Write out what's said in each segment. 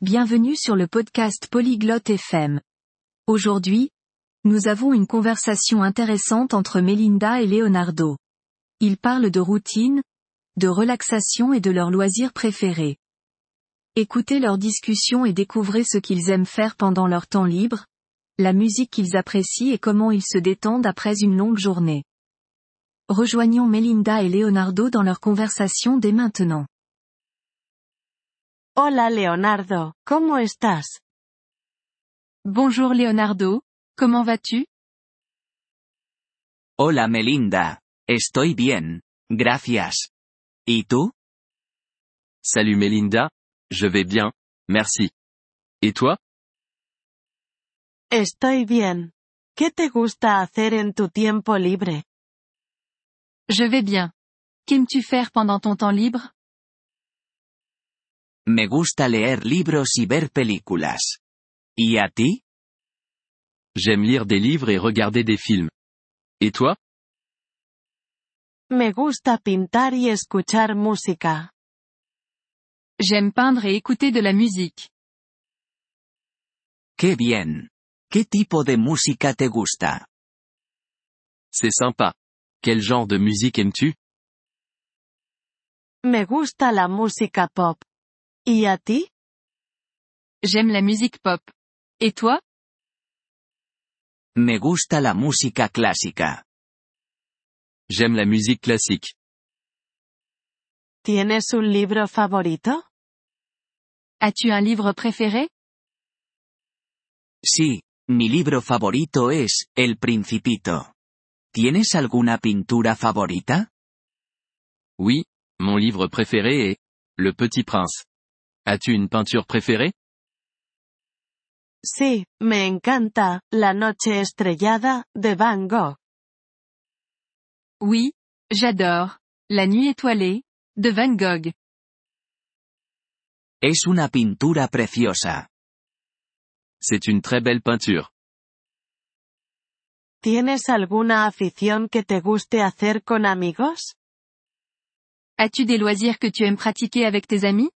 Bienvenue sur le podcast Polyglotte FM. Aujourd'hui, nous avons une conversation intéressante entre Melinda et Leonardo. Ils parlent de routine, de relaxation et de leurs loisirs préférés. Écoutez leur discussion et découvrez ce qu'ils aiment faire pendant leur temps libre, la musique qu'ils apprécient et comment ils se détendent après une longue journée. Rejoignons Melinda et Leonardo dans leur conversation dès maintenant. Hola Leonardo, ¿cómo estás? Bonjour Leonardo, comment vas-tu Hola Melinda, estoy bien, gracias. ¿Y tú? Salut Melinda, je vais bien, merci. Et toi Estoy bien. ¿Qué te gusta hacer en tu tiempo libre? Je vais bien. Qu'aimes-tu faire pendant ton temps libre Me gusta leer libros y ver películas. ¿Y a ti? J'aime lire des livres et regarder des films. Et toi Me gusta pintar y escuchar música. J'aime peindre et écouter de la musique. ¡Qué bien! ¿Qué tipo de música te gusta? C'est sympa. Quel genre de musique aimes-tu Me gusta la música pop. ¿Y a ti? J'aime la musique pop. Et toi Me gusta la música clásica. J'aime la musique classique. ¿Tienes un libro favorito? As-tu un livre préféré Sí, mi libro favorito es El Principito. ¿Tienes alguna pintura favorita? Oui, mon livre préféré est Le Petit Prince. As-tu une peinture préférée Sí, me encanta, La noche estrellada, de Van Gogh. Oui, j'adore. La nuit étoilée, de Van Gogh. Es una pintura preciosa. C'est une très belle peinture. ¿Tienes alguna afición que te guste hacer con amigos? As-tu des loisirs que tu aimes pratiquer avec tes amis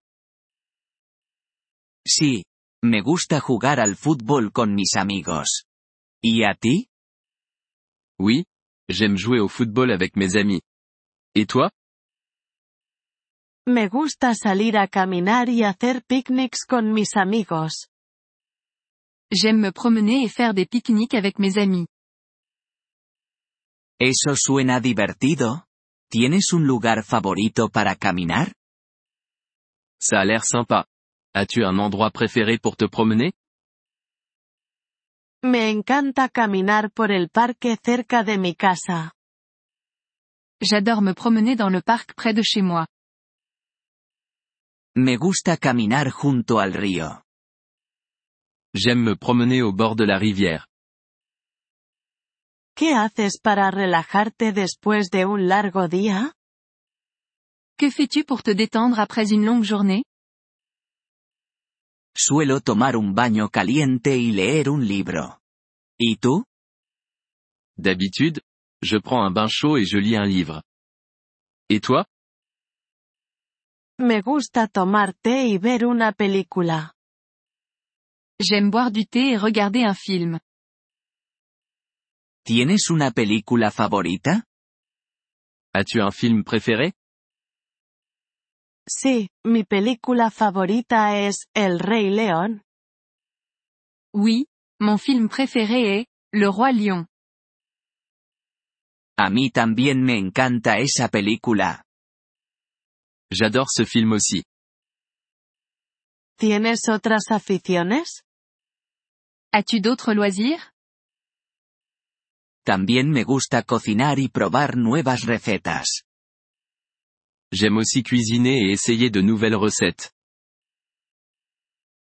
Sí, me gusta jugar al fútbol con mis amigos. ¿Y a ti? Oui, j'aime jouer au football avec mes amis. Et toi Me gusta salir a caminar y hacer picnics con mis amigos. J'aime me promener et faire des pique-niques avec mes amis. ¿Eso suena divertido? ¿Tienes un lugar favorito para caminar? Ça a l'air sympa. As-tu un endroit préféré pour te promener Me encanta caminar por el parque cerca de mi casa. J'adore me promener dans le parc près de chez moi. Me gusta caminar junto al río. J'aime me promener au bord de la rivière. ¿Qué haces para relajarte después de un largo día? Que fais-tu pour te détendre après une longue journée Suelo tomar un baño caliente y leer un libro. ¿Y tú? D'habitude, je prends un bain chaud et je lis un livre. Et toi Me gusta tomar té y ver una película. J'aime boire du thé et regarder un film. ¿Tienes una película favorita? As-tu un film préféré Sí, mi película favorita es El Rey León. Oui, mon film préféré est Le Roi Lion. A mí también me encanta esa película. J'adore ce film aussi. ¿Tienes otras aficiones? As-tu d'autres loisirs También me gusta cocinar y probar nuevas recetas. J'aime aussi cuisiner et essayer de nouvelles recettes.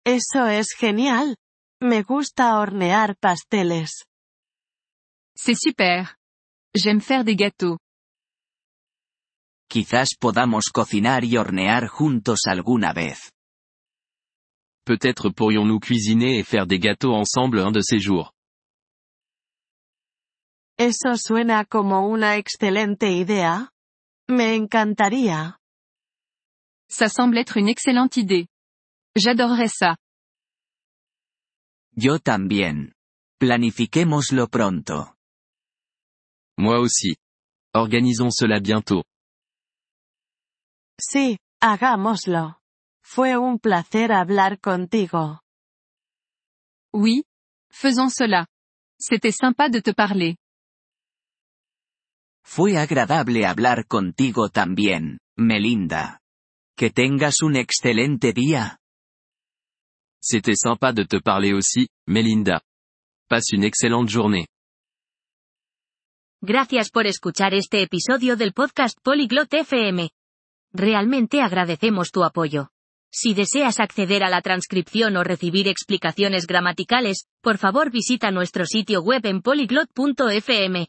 Eso es genial. Me gusta hornear pasteles. C'est super. J'aime faire des gâteaux. Quizás podamos cocinar y hornear juntos alguna vez. Peut-être pourrions-nous cuisiner et faire des gâteaux ensemble un de ces jours. Eso suena como una excelente idea. Me encantaría. Ça semble être une excellente idée. J'adorerais ça. Yo también. Planifiquémoslo pronto. Moi aussi. Organisons cela bientôt. Sí, hagámoslo. Fue un placer hablar contigo. Oui. Faisons cela. C'était sympa de te parler. Fue agradable hablar contigo también, Melinda. Que tengas un excelente día. C'était sympa de te parler aussi, Melinda. Passe une excellente journée. Gracias por escuchar este episodio del podcast Polyglot FM. Realmente agradecemos tu apoyo. Si deseas acceder a la transcripción o recibir explicaciones gramaticales, por favor visita nuestro sitio web en polyglot.fm.